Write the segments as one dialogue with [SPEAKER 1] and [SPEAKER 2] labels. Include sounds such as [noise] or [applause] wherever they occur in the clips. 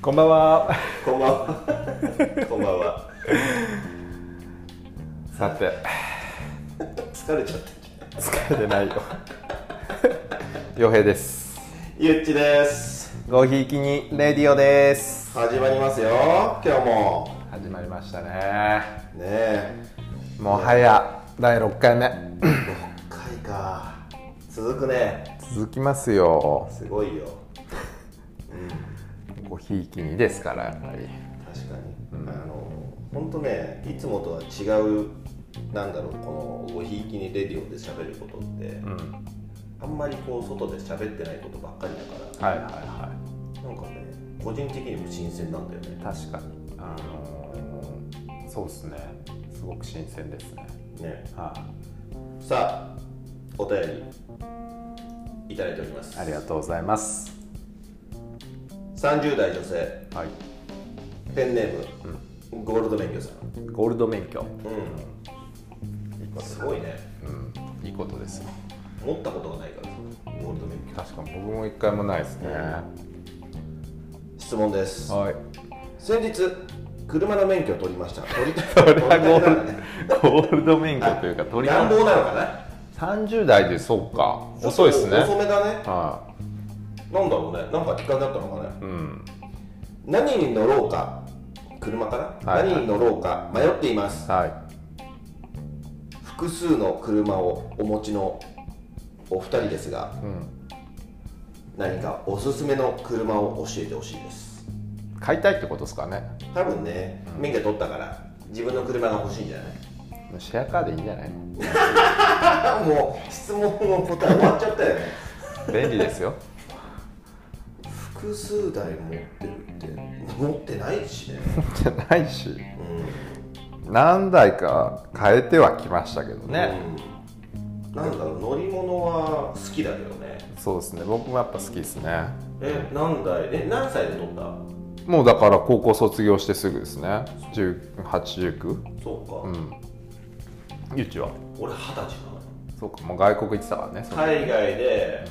[SPEAKER 1] こんばんは。
[SPEAKER 2] こんばんは。 [laughs] こんばんは。
[SPEAKER 1] さて、
[SPEAKER 2] 疲れちゃったんじ
[SPEAKER 1] 疲れ
[SPEAKER 2] ゃない。
[SPEAKER 1] てないよ。洋平です。
[SPEAKER 2] ゆっちです。
[SPEAKER 1] ごひいきにレディオです。
[SPEAKER 2] 始まりますよ。今日も。
[SPEAKER 1] 始まりましたね。
[SPEAKER 2] ねえ。
[SPEAKER 1] もはや第6回目。
[SPEAKER 2] 六回か。続くね。
[SPEAKER 1] 続きますよ。
[SPEAKER 2] すごいよ。
[SPEAKER 1] ごひいきにですから、やっぱり。
[SPEAKER 2] 確かに。あの、本当ね、いつもとは違う。なんだろう、このごひいきにレディオで喋ることって。
[SPEAKER 1] うん。
[SPEAKER 2] あんまりこう外で喋ってないことばっかりだか
[SPEAKER 1] はいはいは
[SPEAKER 2] ら。なんかね、個人的にも新鮮なんだよ
[SPEAKER 1] い。
[SPEAKER 2] ね。
[SPEAKER 1] 確かに。あのー、そうですね。すごく新鮮ですね。
[SPEAKER 2] ね。
[SPEAKER 1] はい、
[SPEAKER 2] さあお便りいただいております
[SPEAKER 1] ありがとうございます。
[SPEAKER 2] 30代女性
[SPEAKER 1] はい。
[SPEAKER 2] ペンネーム、ゴールド免許さん、
[SPEAKER 1] ゴールド免許。
[SPEAKER 2] う
[SPEAKER 1] いいこ
[SPEAKER 2] ん、すごいね
[SPEAKER 1] うん。いいことですよ。
[SPEAKER 2] 持ったことがないからさゴールド免許
[SPEAKER 1] 確かに僕も一回もないですね、
[SPEAKER 2] 質問です
[SPEAKER 1] はい
[SPEAKER 2] 先日車の免許を取りました取りた
[SPEAKER 1] そ
[SPEAKER 2] 取
[SPEAKER 1] れ
[SPEAKER 2] り
[SPEAKER 1] は
[SPEAKER 2] たい
[SPEAKER 1] ゴ
[SPEAKER 2] な
[SPEAKER 1] ールゴールド免許というか取り
[SPEAKER 2] 乱
[SPEAKER 1] 方
[SPEAKER 2] 暴なのかな
[SPEAKER 1] 30代でそうか遅いですね
[SPEAKER 2] ちょっと遅めだね
[SPEAKER 1] は
[SPEAKER 2] なんだろうねなんかきっかけだったのかね
[SPEAKER 1] い、うん
[SPEAKER 2] 何に乗ろうか車から、
[SPEAKER 1] はい
[SPEAKER 2] 何に乗ろうか迷っています
[SPEAKER 1] は
[SPEAKER 2] 複数の車をお持ちのお二人ですが
[SPEAKER 1] い、うん、
[SPEAKER 2] 何かおすすめの車を教えてほしいです
[SPEAKER 1] 買いたいってことですかね
[SPEAKER 2] 多分ね免許取ったから自分の車が欲しいんじゃない
[SPEAKER 1] シェアカーでいいんじゃない
[SPEAKER 2] あ [laughs] もう質問の答え終わっちゃったよね
[SPEAKER 1] 便利ですよ
[SPEAKER 2] [laughs] 複数台持ってるって持ってないしね
[SPEAKER 1] じゃないし何台か変えてはきましたけど
[SPEAKER 2] うん
[SPEAKER 1] ね、、
[SPEAKER 2] うん、なんだろう乗り物は好きだけどね
[SPEAKER 1] そうですね僕もやっぱ好きですね
[SPEAKER 2] え何台え何歳で取った
[SPEAKER 1] もうだから高校卒業してすぐですね1819
[SPEAKER 2] そうか、
[SPEAKER 1] うんゆうちは
[SPEAKER 2] 俺二十歳かな
[SPEAKER 1] そうかもう外国行ってたからねその
[SPEAKER 2] 海外で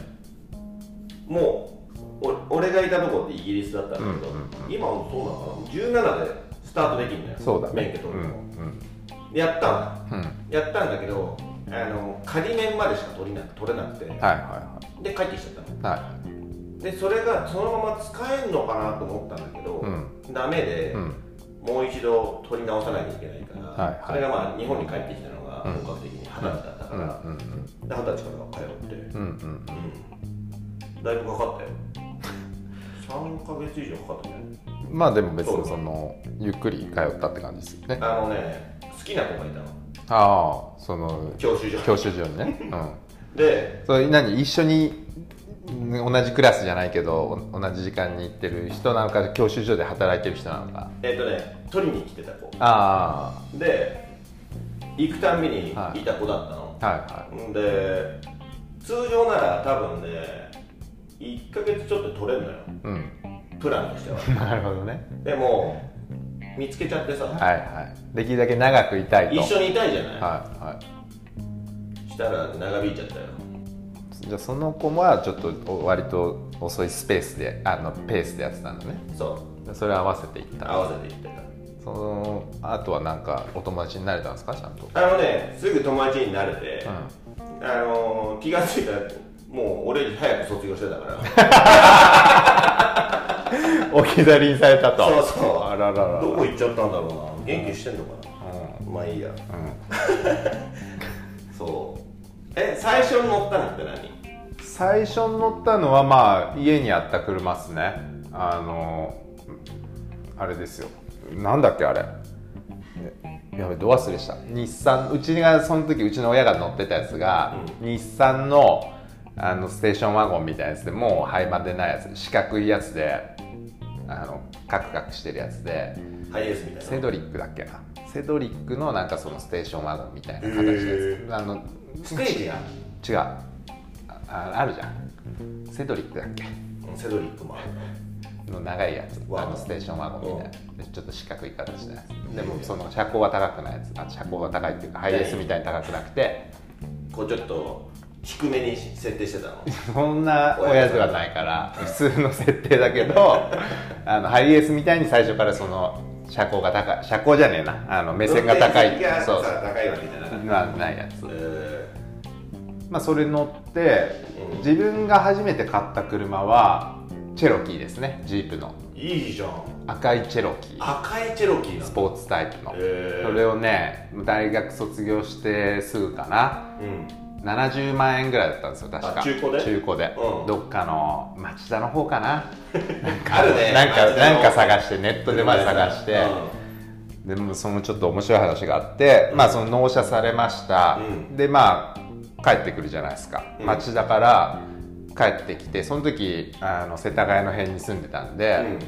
[SPEAKER 2] もうお俺がいたとこってイギリスだったんだけど、
[SPEAKER 1] うんうん
[SPEAKER 2] 今もそうなのかな17でスタートできるんだよ
[SPEAKER 1] そうだね
[SPEAKER 2] 免許取るの、
[SPEAKER 1] うん
[SPEAKER 2] でやったん
[SPEAKER 1] うんうん
[SPEAKER 2] だやったんだけどあの仮免までしか取りなく取れなくて
[SPEAKER 1] はいは
[SPEAKER 2] で帰ってきちゃった
[SPEAKER 1] いはいは
[SPEAKER 2] のでそれがそのまま使えんのかなと思ったんだけど、
[SPEAKER 1] う
[SPEAKER 2] ダメで、
[SPEAKER 1] いうん
[SPEAKER 2] もう一度取り直さなきゃいけないから、
[SPEAKER 1] はいはい
[SPEAKER 2] それがまあ日本に帰ってきたのが本格的に二十歳だった
[SPEAKER 1] う
[SPEAKER 2] か
[SPEAKER 1] ん
[SPEAKER 2] ら、で二十歳から通って、
[SPEAKER 1] うんうんうん
[SPEAKER 2] うんだいぶかかった
[SPEAKER 1] [laughs]
[SPEAKER 2] よ3ヶ月以上かかったね
[SPEAKER 1] うんまあでも別にそのゆっくり通ったって感じですよね
[SPEAKER 2] あのね好きな子がいたの
[SPEAKER 1] ああその
[SPEAKER 2] 教習所
[SPEAKER 1] 教習所にねう
[SPEAKER 2] で
[SPEAKER 1] んそれ何一緒にうん同じクラスじゃないけどお同じ時間に行ってる人なのか教習所で働いてる人なのか
[SPEAKER 2] えっ、とね取りに来てた子
[SPEAKER 1] あ
[SPEAKER 2] で行くたんびにい
[SPEAKER 1] は
[SPEAKER 2] た
[SPEAKER 1] い
[SPEAKER 2] 子だったの
[SPEAKER 1] あ、は
[SPEAKER 2] んで通常なら多分ね1ヶ月ちょっと取れんの
[SPEAKER 1] いは
[SPEAKER 2] よ
[SPEAKER 1] いうん
[SPEAKER 2] プランとしては
[SPEAKER 1] なるほどね
[SPEAKER 2] でも見つけちゃってさ、
[SPEAKER 1] はいはいできるだけ長くいたいと
[SPEAKER 2] 一緒にいたいじゃない、
[SPEAKER 1] はいはい
[SPEAKER 2] したら長引いちゃったよ
[SPEAKER 1] じゃあその子はちょっと割と遅いスペースであのペースでやってたんだね
[SPEAKER 2] そう
[SPEAKER 1] それ合わせていった
[SPEAKER 2] 合わせて行ってた
[SPEAKER 1] そのあとはなんかお友達になれたんですかちゃんと
[SPEAKER 2] あのね、すぐ友達になれて、あのー気が付いたら、もう俺より早く卒業してたから、
[SPEAKER 1] 置き去りにされたと
[SPEAKER 2] そうそう
[SPEAKER 1] あらら [laughs] ら
[SPEAKER 2] どこ行っちゃったんだろうな、元気してんのかな、まあいいや、 [laughs] そう、え、最初に乗ったのって何
[SPEAKER 1] 最初に乗ったのはまあ家にあった車っすねあのあれですよなんだっけあれえやべど忘れした日産うちがその時うちの親が乗ってたやつが、日産のあのステーションワゴンみたいなやつでもう廃盤でないやつ四角いやつであのカクカクしてるやつで
[SPEAKER 2] ハイエースみたい
[SPEAKER 1] セ
[SPEAKER 2] な。
[SPEAKER 1] ドリックだっけなセドリックのなんかそのステーションワゴンみたいな形のやつ、
[SPEAKER 2] へ
[SPEAKER 1] あの
[SPEAKER 2] ステージや、
[SPEAKER 1] 違うあああるじゃんセドリックだっけ
[SPEAKER 2] うんセドリックもある
[SPEAKER 1] の長いやつあ
[SPEAKER 2] ワゴン
[SPEAKER 1] のステーションワゴンみたいなでちょっと四角い形のやつでもその車
[SPEAKER 2] [laughs]
[SPEAKER 1] 高は高くないやつあ車高が高いっていうかハイエースみたいに高くなくて
[SPEAKER 2] こうちょっと、低めに設定してたの
[SPEAKER 1] そんな親父はないから普通の設定だけ
[SPEAKER 2] [laughs]
[SPEAKER 1] どあのハイエースみたいに最初からその車高が高い車高じゃねえなあの目線が高い
[SPEAKER 2] 運転席が
[SPEAKER 1] そう
[SPEAKER 2] さ高いわけじゃなかっ
[SPEAKER 1] のはないやつ
[SPEAKER 2] た、え
[SPEAKER 1] まあ、それ乗って
[SPEAKER 2] うん
[SPEAKER 1] 自分が初めて買った車はチェロキーですねジープの
[SPEAKER 2] ーいいじゃん
[SPEAKER 1] 赤いチェロキー
[SPEAKER 2] 赤いチェロキーな
[SPEAKER 1] ス
[SPEAKER 2] の
[SPEAKER 1] ポーツタイプの
[SPEAKER 2] へー
[SPEAKER 1] それをね大学卒業してすぐかな
[SPEAKER 2] うん
[SPEAKER 1] 70万円ぐらいだったんですよ確か
[SPEAKER 2] あ中古で
[SPEAKER 1] 中古で、
[SPEAKER 2] うん
[SPEAKER 1] どっかの町田の方かななんか
[SPEAKER 2] あるね
[SPEAKER 1] なん
[SPEAKER 2] 町
[SPEAKER 1] か
[SPEAKER 2] 田の
[SPEAKER 1] なんか探してネットでまず探して、でもそのちょっと面白い話があって、まあその納車されました、
[SPEAKER 2] う
[SPEAKER 1] でまあ帰ってくるじゃないですか、
[SPEAKER 2] うん
[SPEAKER 1] 町田から帰ってきてその時あの世田谷の辺に住んでたん
[SPEAKER 2] う
[SPEAKER 1] で、
[SPEAKER 2] ん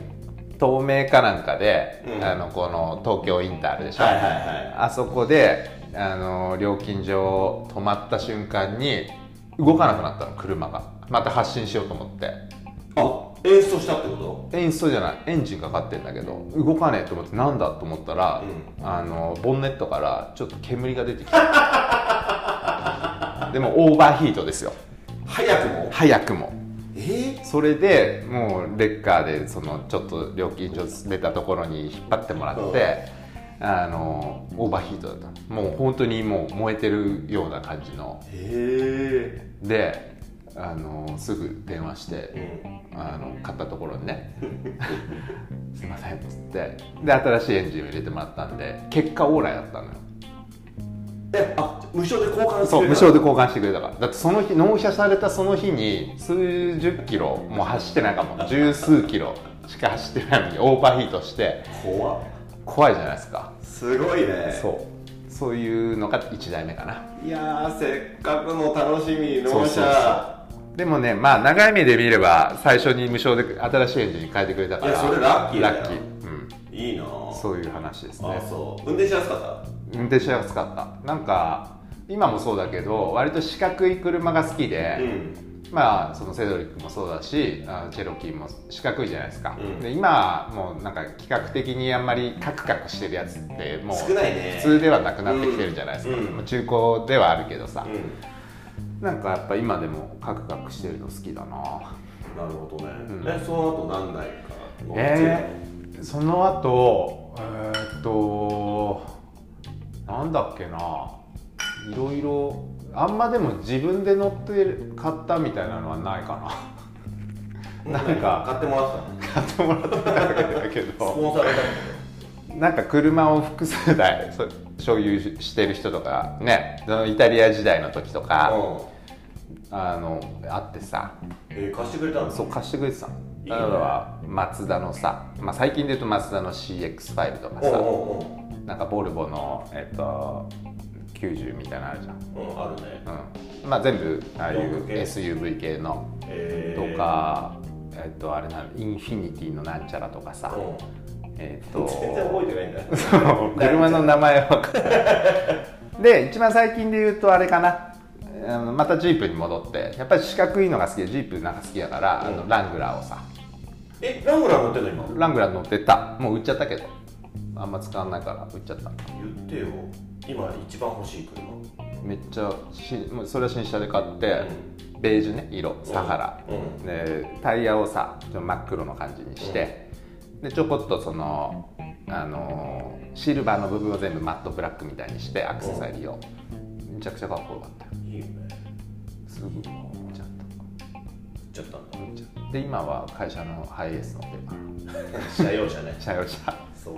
[SPEAKER 1] 東名かなんかで、
[SPEAKER 2] うん
[SPEAKER 1] あのこの東京インターあるでしょ、
[SPEAKER 2] はいはいはい
[SPEAKER 1] あそこであの料金所止まった瞬間に動かなくなったの車がまた発進しようと思って
[SPEAKER 2] あ演出したってこ
[SPEAKER 1] エンそうじゃないエンジンかかってんだけど動かねえと思ってなんだと思ったら、あのボンネットからちょっと煙が出てき [laughs] たでもオーバーヒートですよ
[SPEAKER 2] と早くも
[SPEAKER 1] 早くも
[SPEAKER 2] えー、
[SPEAKER 1] それでもうレッカーでそのちょっと料金所出たところに引っ張ってもらって、あのオーバーヒートだったもう本当にもう燃えてるような感じの
[SPEAKER 2] え
[SPEAKER 1] であのすぐ電話して、
[SPEAKER 2] ーうん
[SPEAKER 1] あの買ったところに [laughs] ね「すいません」っつってで新しいエンジンを入れてもらったんで結果オーライだったのよ
[SPEAKER 2] えあ無償で交換する
[SPEAKER 1] そう無償
[SPEAKER 2] で
[SPEAKER 1] で交換してくれたからだってその日納車されたその日に数十キロもう走ってないかも十数キロしか走ってないのにオーバーヒートして
[SPEAKER 2] 怖っ
[SPEAKER 1] 怖いじゃないですか
[SPEAKER 2] すごいね
[SPEAKER 1] そうそういうのが1台目かない
[SPEAKER 2] やーせっかくの楽しみ
[SPEAKER 1] そうそう
[SPEAKER 2] 納
[SPEAKER 1] そう
[SPEAKER 2] 車
[SPEAKER 1] でもねまあ長い目で見れば最初に無償で新しいエンジンに変えてくれたから
[SPEAKER 2] いやそれラッキーだよ
[SPEAKER 1] ラッキー、うん、
[SPEAKER 2] いいなあ
[SPEAKER 1] そういう話です
[SPEAKER 2] あ
[SPEAKER 1] ね
[SPEAKER 2] そう運転しやすかっ
[SPEAKER 1] 運転しやすかったなんか今もそうだけど割と四角い車が好きで
[SPEAKER 2] た、うん
[SPEAKER 1] まあそのセドリックもそうだしあチェロキーも四角いじゃないですか、
[SPEAKER 2] うん
[SPEAKER 1] で今もうなんか企画的にあんまりカクカクしてるやつってもう
[SPEAKER 2] 少ないね
[SPEAKER 1] 普通ではなくなってきてるじゃないですか、
[SPEAKER 2] うんうん
[SPEAKER 1] まあ中古ではあるけどさ
[SPEAKER 2] う、ん
[SPEAKER 1] なんかやっぱ今でもカクカクしてるの好きだな
[SPEAKER 2] なるほどね、
[SPEAKER 1] うん
[SPEAKER 2] えその後何台か乗って
[SPEAKER 1] えー、その後えーっとなんだっけないろいろあんまでも自分で乗ってる買ったみたいなのはないかな [laughs] なんか
[SPEAKER 2] 買ってもらったの
[SPEAKER 1] 買ってもらってたわけだけ
[SPEAKER 2] ス
[SPEAKER 1] ど
[SPEAKER 2] ポンサーが
[SPEAKER 1] なんか車を複数台そ所有してる人とかねそのイタリア時代の時と
[SPEAKER 2] あ
[SPEAKER 1] か、
[SPEAKER 2] うん
[SPEAKER 1] あのあってさ
[SPEAKER 2] えー、貸してくれたの
[SPEAKER 1] そう貸してくれてたの
[SPEAKER 2] いいね
[SPEAKER 1] だからマツダのさ、まあ、最近で言うとマツダの CX5 とか
[SPEAKER 2] おう
[SPEAKER 1] さ
[SPEAKER 2] おう
[SPEAKER 1] なんかボルボの、えっと、90みたいなのあるじゃん、
[SPEAKER 2] おううんあるね
[SPEAKER 1] うんまあ、全部ああい
[SPEAKER 2] ロン
[SPEAKER 1] う
[SPEAKER 2] グ系
[SPEAKER 1] SUV 系の
[SPEAKER 2] え
[SPEAKER 1] と
[SPEAKER 2] ー、
[SPEAKER 1] か、えっと、あれなインフィニティのなんちゃらとかさ、
[SPEAKER 2] うん
[SPEAKER 1] えっと
[SPEAKER 2] 全然覚えてないんだ
[SPEAKER 1] そう車の名前は分かんないで一番最近で言うとあれかなあのまたジープに戻ってやっぱり四角いのが好きでジープなんか好きだから、あ
[SPEAKER 2] う
[SPEAKER 1] の
[SPEAKER 2] ん
[SPEAKER 1] ラングラーをさ
[SPEAKER 2] えラングラー乗ってんの今
[SPEAKER 1] ラングラー乗ってったもう売っちゃったけどあんま使わないから売っちゃった
[SPEAKER 2] 言ってよ今一番欲しい車
[SPEAKER 1] めっちゃしもうそれは新車で買って、ベージュね色サハラ、
[SPEAKER 2] うん
[SPEAKER 1] でタイヤをさちょっと真っ黒の感じにして、でちょこっとそのあのーシルバーの部分を全部マットブラックみたいにしてアクセサリーを、めちゃくちゃかっこよかったよ
[SPEAKER 2] いいよね
[SPEAKER 1] すぐ売っちゃった
[SPEAKER 2] 売っちゃったんだ
[SPEAKER 1] 売っちゃったで今は会社のハイエース乗ってるから
[SPEAKER 2] [laughs] 車用車ね
[SPEAKER 1] 車用車
[SPEAKER 2] そうかそう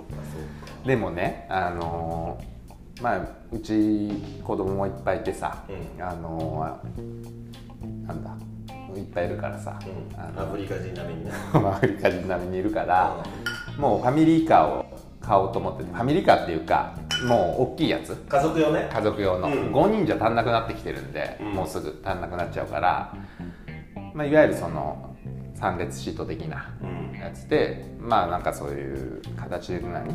[SPEAKER 1] でもねあのーまあうち子供もいっぱいいてさ、
[SPEAKER 2] う
[SPEAKER 1] あのーなんだいっぱいいるからさ、あ
[SPEAKER 2] か、うん、アフリカ人並みにな
[SPEAKER 1] の [laughs] アフリカ人並みにいるから、もうファミリーカーを買おうと思っててファミリーカーっていうかもう大きいやつ
[SPEAKER 2] 家族用ね
[SPEAKER 1] 家族用の、
[SPEAKER 2] うん
[SPEAKER 1] 5人じゃ足んなくなってきてるんで、
[SPEAKER 2] うん
[SPEAKER 1] もうすぐ足んなくなっちゃうから、まあ、いわゆるその3列シート的な
[SPEAKER 2] うん
[SPEAKER 1] やつでまあなんかそういう形で何、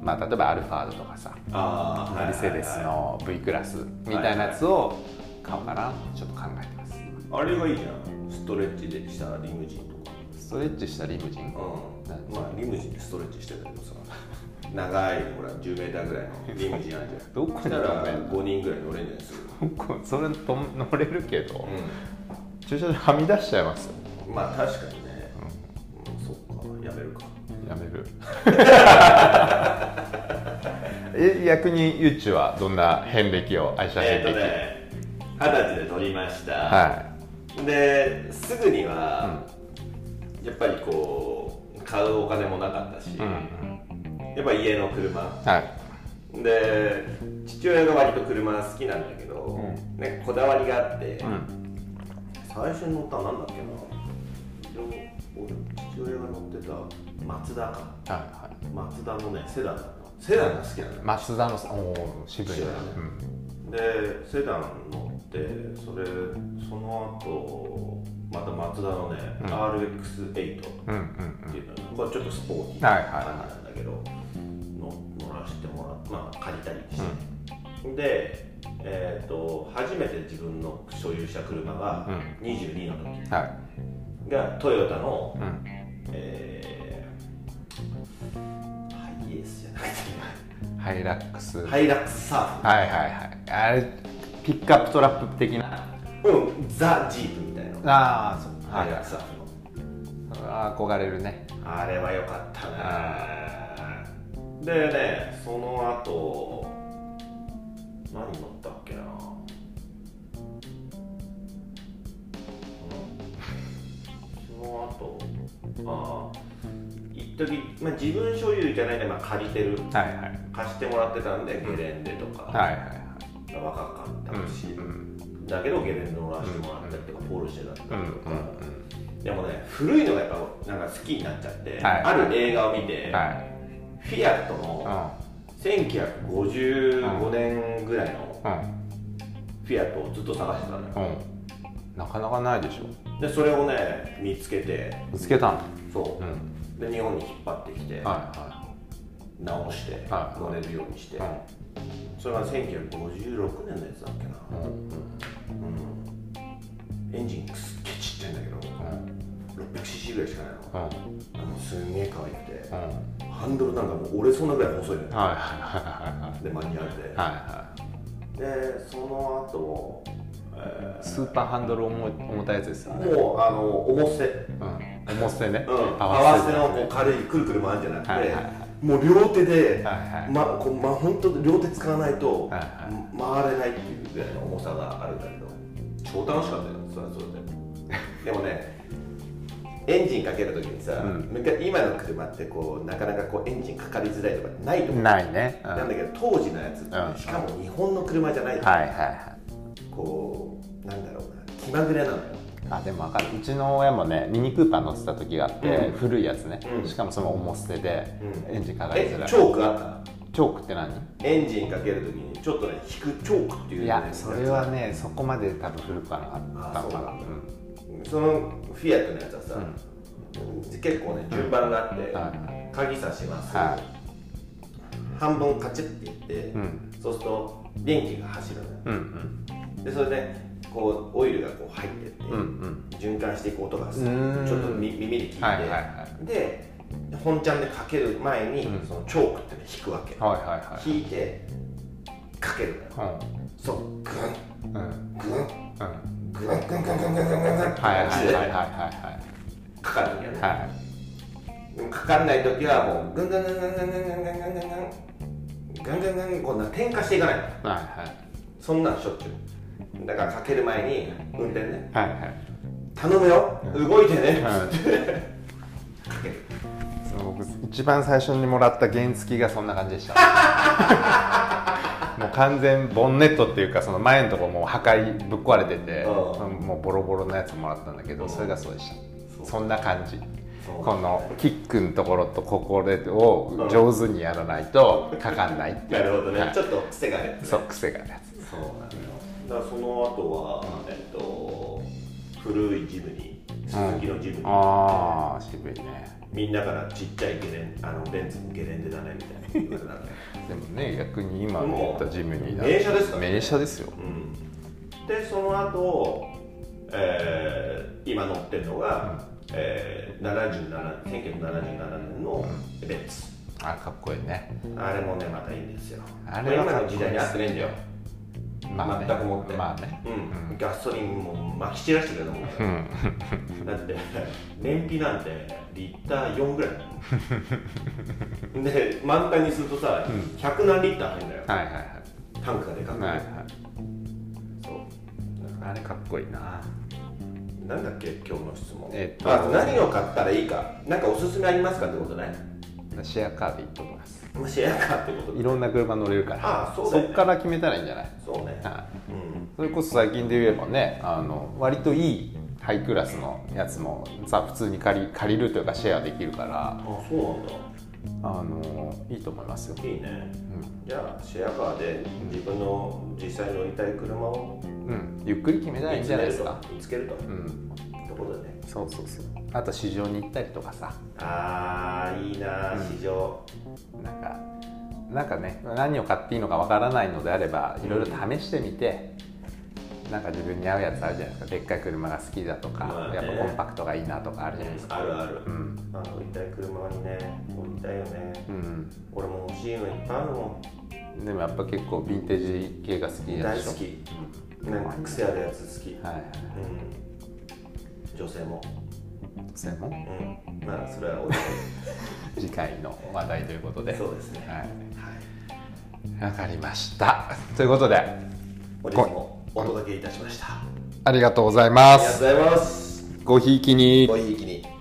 [SPEAKER 1] まあ、例えばアルファードとかさ
[SPEAKER 2] ああ、はいはいはい
[SPEAKER 1] メルセデスの V クラスみたいなやつを買おうかなちょっと考えてます
[SPEAKER 2] あれがいいじゃんストレッチでしたリムジンとか
[SPEAKER 1] ストレッチしたリムジン
[SPEAKER 2] うんまあリムジンでストレッチしてたけどさ長いほら10メーターぐらいのリムジンあるじゃん
[SPEAKER 1] どこに
[SPEAKER 2] だから
[SPEAKER 1] 止めんの
[SPEAKER 2] 5人ぐらい乗れるんじゃないですか、
[SPEAKER 1] こうそれと乗れるけど、駐車場はみ出しちゃいますよ
[SPEAKER 2] うん、まあ確かにね、うんそっかやめるか
[SPEAKER 1] やめる [laughs] え逆にゆうちはどんな遍歴を愛車
[SPEAKER 2] え
[SPEAKER 1] 遍
[SPEAKER 2] っ、と
[SPEAKER 1] 歴、
[SPEAKER 2] ね二十歳で取りました、
[SPEAKER 1] は
[SPEAKER 2] ですぐには、やっぱりこう買うお金もなかったし、
[SPEAKER 1] い、うん
[SPEAKER 2] やっぱ家の車
[SPEAKER 1] はい
[SPEAKER 2] で父親が割と車好きなんだけど、
[SPEAKER 1] う
[SPEAKER 2] なんかこだわりがあって、
[SPEAKER 1] うん、
[SPEAKER 2] 最初に乗ったのなんだっけな俺父親が乗ってたマツダか
[SPEAKER 1] はいは
[SPEAKER 2] マツダのねセダンだったセダンが好きなんだ
[SPEAKER 1] い松田のさんおお渋いな、
[SPEAKER 2] 渋いねでセダン乗ってそれその後またマツダのね、
[SPEAKER 1] うん
[SPEAKER 2] RX8 っていう
[SPEAKER 1] うん、うんうん
[SPEAKER 2] のこれちょっとスポーティー
[SPEAKER 1] はいはい
[SPEAKER 2] な感じなんだけど、の乗らせてもらまあ借りたりして、でえっ、と初めて自分の所有した車が22の時
[SPEAKER 1] うんはい
[SPEAKER 2] がトヨタの、
[SPEAKER 1] うん
[SPEAKER 2] えーハイエースじゃなくて
[SPEAKER 1] ハイラックス、はい、
[SPEAKER 2] ハイラックスサ
[SPEAKER 1] はいはいあれピックアップトラップ的な
[SPEAKER 2] ーフうんザ・ジープみたいな
[SPEAKER 1] ああそう
[SPEAKER 2] ハ
[SPEAKER 1] は
[SPEAKER 2] イ
[SPEAKER 1] い
[SPEAKER 2] ラッ
[SPEAKER 1] はい
[SPEAKER 2] クスサーフの
[SPEAKER 1] 憧れるね
[SPEAKER 2] あれは良かったなでねその後何乗ったっけなその後ああ一時まあ自分所有じゃないで、まあ、借りてる
[SPEAKER 1] はいはい
[SPEAKER 2] 貸してもらってたんでゲレンデとか、
[SPEAKER 1] はいはい
[SPEAKER 2] 若かったし、
[SPEAKER 1] うん
[SPEAKER 2] だけどゲレンデ乗らせてもらったりとか、ポールシェだったりと
[SPEAKER 1] う
[SPEAKER 2] か
[SPEAKER 1] ん、
[SPEAKER 2] でもね古いのがやっぱなんか好きになっちゃって、
[SPEAKER 1] はい
[SPEAKER 2] ある映画を見て、
[SPEAKER 1] うんはい
[SPEAKER 2] フィアットの1955年ぐらいの
[SPEAKER 1] う
[SPEAKER 2] フィアットをずっと探してたのよ
[SPEAKER 1] んうんうんなかなかないでしょ
[SPEAKER 2] でそれをね見つけて
[SPEAKER 1] 見つけたの
[SPEAKER 2] そうう、
[SPEAKER 1] ん
[SPEAKER 2] で日本に引っ張ってきて、
[SPEAKER 1] は
[SPEAKER 2] 直して
[SPEAKER 1] はい
[SPEAKER 2] 乗れるようにして、
[SPEAKER 1] いはい
[SPEAKER 2] それが1956年のやつだっけな、
[SPEAKER 1] うん
[SPEAKER 2] うん、エンジンすっげえちっちゃいんだけど、600cc ぐらいしかないの、
[SPEAKER 1] うん
[SPEAKER 2] あのすんげえ可愛くて
[SPEAKER 1] うんはい
[SPEAKER 2] ハンドルなんかもう折れそうなぐらい細いのよ
[SPEAKER 1] はいは
[SPEAKER 2] でマニュアル
[SPEAKER 1] いはいは
[SPEAKER 2] ででその後、え
[SPEAKER 1] いスーパーハンドル重い重たいやつですよ
[SPEAKER 2] ー
[SPEAKER 1] ね
[SPEAKER 2] もうあの重せ
[SPEAKER 1] うん重さね
[SPEAKER 2] うん
[SPEAKER 1] パ
[SPEAKER 2] 合
[SPEAKER 1] ワ
[SPEAKER 2] わ
[SPEAKER 1] ース
[SPEAKER 2] せ
[SPEAKER 1] テ
[SPEAKER 2] のこう軽いくるくる回るんじゃなくて、
[SPEAKER 1] はいはいは
[SPEAKER 2] もう両手で、
[SPEAKER 1] はいはい
[SPEAKER 2] ま、こうま、本当に両手使わないと、
[SPEAKER 1] はいは
[SPEAKER 2] 回れないっていうぐらいの重さがあるんだけど超楽しかったよそれはそ
[SPEAKER 1] [laughs]
[SPEAKER 2] れででもねエンジンかけるときにさ、
[SPEAKER 1] うん
[SPEAKER 2] 昔今の車ってこうなかなかこうエンジンかかりづらいとかないと思う、
[SPEAKER 1] ないねうん
[SPEAKER 2] なんだけど当時のやつってね、
[SPEAKER 1] うん
[SPEAKER 2] しかも日本の車じゃないと、
[SPEAKER 1] はいはいはい
[SPEAKER 2] こうなんだろうな気まぐれなのよ
[SPEAKER 1] あでも分かるうちの親もねミニクーパー乗ってた時があって、
[SPEAKER 2] うん
[SPEAKER 1] 古いやつね、
[SPEAKER 2] うん
[SPEAKER 1] しかもその重捨てで、
[SPEAKER 2] うん
[SPEAKER 1] エンジンかかりづ
[SPEAKER 2] え
[SPEAKER 1] らい
[SPEAKER 2] チ
[SPEAKER 1] チョ
[SPEAKER 2] ョークあった
[SPEAKER 1] ークって何
[SPEAKER 2] エンジンかけるときにちょっとね引くチョークってい
[SPEAKER 1] い
[SPEAKER 2] うね
[SPEAKER 1] やそれはねそこまで多分古くはなかったのかな
[SPEAKER 2] あそのフィアットのやつはさ、結構ね順番があって、
[SPEAKER 1] は
[SPEAKER 2] 鍵さします、
[SPEAKER 1] は
[SPEAKER 2] 半分カチッっていって、
[SPEAKER 1] うん
[SPEAKER 2] そうすると電気が走るのよ
[SPEAKER 1] うんうん
[SPEAKER 2] でそれでこうオイルがこう入ってって、
[SPEAKER 1] うんうん
[SPEAKER 2] 循環していく音がする
[SPEAKER 1] うーん
[SPEAKER 2] ちょっと耳耳で聞いて、
[SPEAKER 1] はいはいは
[SPEAKER 2] で本ちゃんでかける前に、
[SPEAKER 1] うん
[SPEAKER 2] そのチョークってね引くわけ、
[SPEAKER 1] はいはい
[SPEAKER 2] 引いてかけるのよ、
[SPEAKER 1] はい
[SPEAKER 2] そうグ
[SPEAKER 1] うんうん
[SPEAKER 2] ングン
[SPEAKER 1] うん
[SPEAKER 2] グングングングングングングングンって
[SPEAKER 1] はいはいはいはいはい
[SPEAKER 2] かかるんだよね、
[SPEAKER 1] はいはい
[SPEAKER 2] でもかかんない時はもうグングングングングングングングングングングングングンこんな転化していかないの
[SPEAKER 1] はい
[SPEAKER 2] そんなんしょっちゅうだからかける前に運転ね
[SPEAKER 1] はいはいはい
[SPEAKER 2] 頼むよ動いてね
[SPEAKER 1] うんそう僕一番最初にもらった原付がそんな感じでしたもう完全ボンネットっていうかその前のとこもう破壊ぶっ壊れてて、
[SPEAKER 2] う
[SPEAKER 1] もうボロボロのやつもらったんだけど、
[SPEAKER 2] うん
[SPEAKER 1] それがそうでした
[SPEAKER 2] そう
[SPEAKER 1] そんな感じ
[SPEAKER 2] そう
[SPEAKER 1] このキックのところとここでを上手にやらないとかかんないってい
[SPEAKER 2] な
[SPEAKER 1] う
[SPEAKER 2] るほど
[SPEAKER 1] は
[SPEAKER 2] ね
[SPEAKER 1] い
[SPEAKER 2] ちょっと癖があるやつね
[SPEAKER 1] そう癖があるやつ
[SPEAKER 2] そうなのよだからその後はえっと古いジムに鈴木のジムに
[SPEAKER 1] ああ渋いね
[SPEAKER 2] みんなからちっちゃいゲレンあのベンツのゲレンデだねみたいな言われたのね
[SPEAKER 1] でもね逆に今の言ったジムに
[SPEAKER 2] 名車ですからね
[SPEAKER 1] 名車ですよ
[SPEAKER 2] うんでその後、えー今乗ってるのが、えー、77 1977年のベンツ
[SPEAKER 1] あかっこいいね
[SPEAKER 2] あれもねまたいいんですよ
[SPEAKER 1] あれは
[SPEAKER 2] まあ
[SPEAKER 1] かっこい
[SPEAKER 2] 今
[SPEAKER 1] い
[SPEAKER 2] の時代に合ってねえんだよ
[SPEAKER 1] まあね
[SPEAKER 2] 全くもって
[SPEAKER 1] まあね
[SPEAKER 2] うん、ガソリンもまき散らしてくれたもんね
[SPEAKER 1] うん
[SPEAKER 2] だって燃費なんてリッター4ぐらいだ
[SPEAKER 1] [laughs]
[SPEAKER 2] もんで満タンにするとさ100何リッター入るんだよ
[SPEAKER 1] はいはいはい
[SPEAKER 2] タンクがでかくて、
[SPEAKER 1] はいはい
[SPEAKER 2] そうだか
[SPEAKER 1] あれかっこいいな
[SPEAKER 2] らなんだっけ今日の質問、
[SPEAKER 1] えっと
[SPEAKER 2] あ何を買ったらいいか何かおすすめありますかってことね
[SPEAKER 1] シェアカーでいいと思います
[SPEAKER 2] シェアカーってこと
[SPEAKER 1] いろんな車乗れるから
[SPEAKER 2] あそうだよね
[SPEAKER 1] っから決めたらいいんじゃない、
[SPEAKER 2] そうね
[SPEAKER 1] はい
[SPEAKER 2] うん
[SPEAKER 1] それこそ最近で言えばねあの割といいハイクラスのやつもさ普通に借り借りるというかシェアできるから
[SPEAKER 2] あそうな
[SPEAKER 1] あのいいと思いますよ
[SPEAKER 2] んだいいね、じゃあシェアカーで自分の実際乗りたい車を
[SPEAKER 1] うんゆっくり決めたらいいんじゃないですか
[SPEAKER 2] 見つけると見つけ
[SPEAKER 1] う
[SPEAKER 2] る
[SPEAKER 1] ん
[SPEAKER 2] とってことでね
[SPEAKER 1] そうそうそうあと市場に行ったりとかさ
[SPEAKER 2] あーいいなー市場、
[SPEAKER 1] なんかなんかね何を買っていいのかわからないのであればいろいろ試してみて、なんか自分に合うやつあるじゃないですかでっかい車が好きだとか、
[SPEAKER 2] まあね
[SPEAKER 1] やっぱコンパクトがいいなとかあるじゃないですか
[SPEAKER 2] あるある、
[SPEAKER 1] うん
[SPEAKER 2] あ乗りたい車にね乗りたいよね
[SPEAKER 1] うん
[SPEAKER 2] 俺も欲しいのいっぱいあるも
[SPEAKER 1] でもやっぱ結構ヴィンテージ系が好きで
[SPEAKER 2] ん
[SPEAKER 1] しょ
[SPEAKER 2] 大好きなんか癖あるやつ好き、
[SPEAKER 1] はいはい
[SPEAKER 2] うん女性も
[SPEAKER 1] それも
[SPEAKER 2] うんまあそれは俺
[SPEAKER 1] [laughs] 次回の話題ということで
[SPEAKER 2] そうですね
[SPEAKER 1] はい
[SPEAKER 2] はい
[SPEAKER 1] わかりましたということで
[SPEAKER 2] 本日もお届けいたしましたあ
[SPEAKER 1] ありがとうございま
[SPEAKER 2] りが
[SPEAKER 1] す
[SPEAKER 2] とうございます
[SPEAKER 1] ごひいきに
[SPEAKER 2] ごひいきに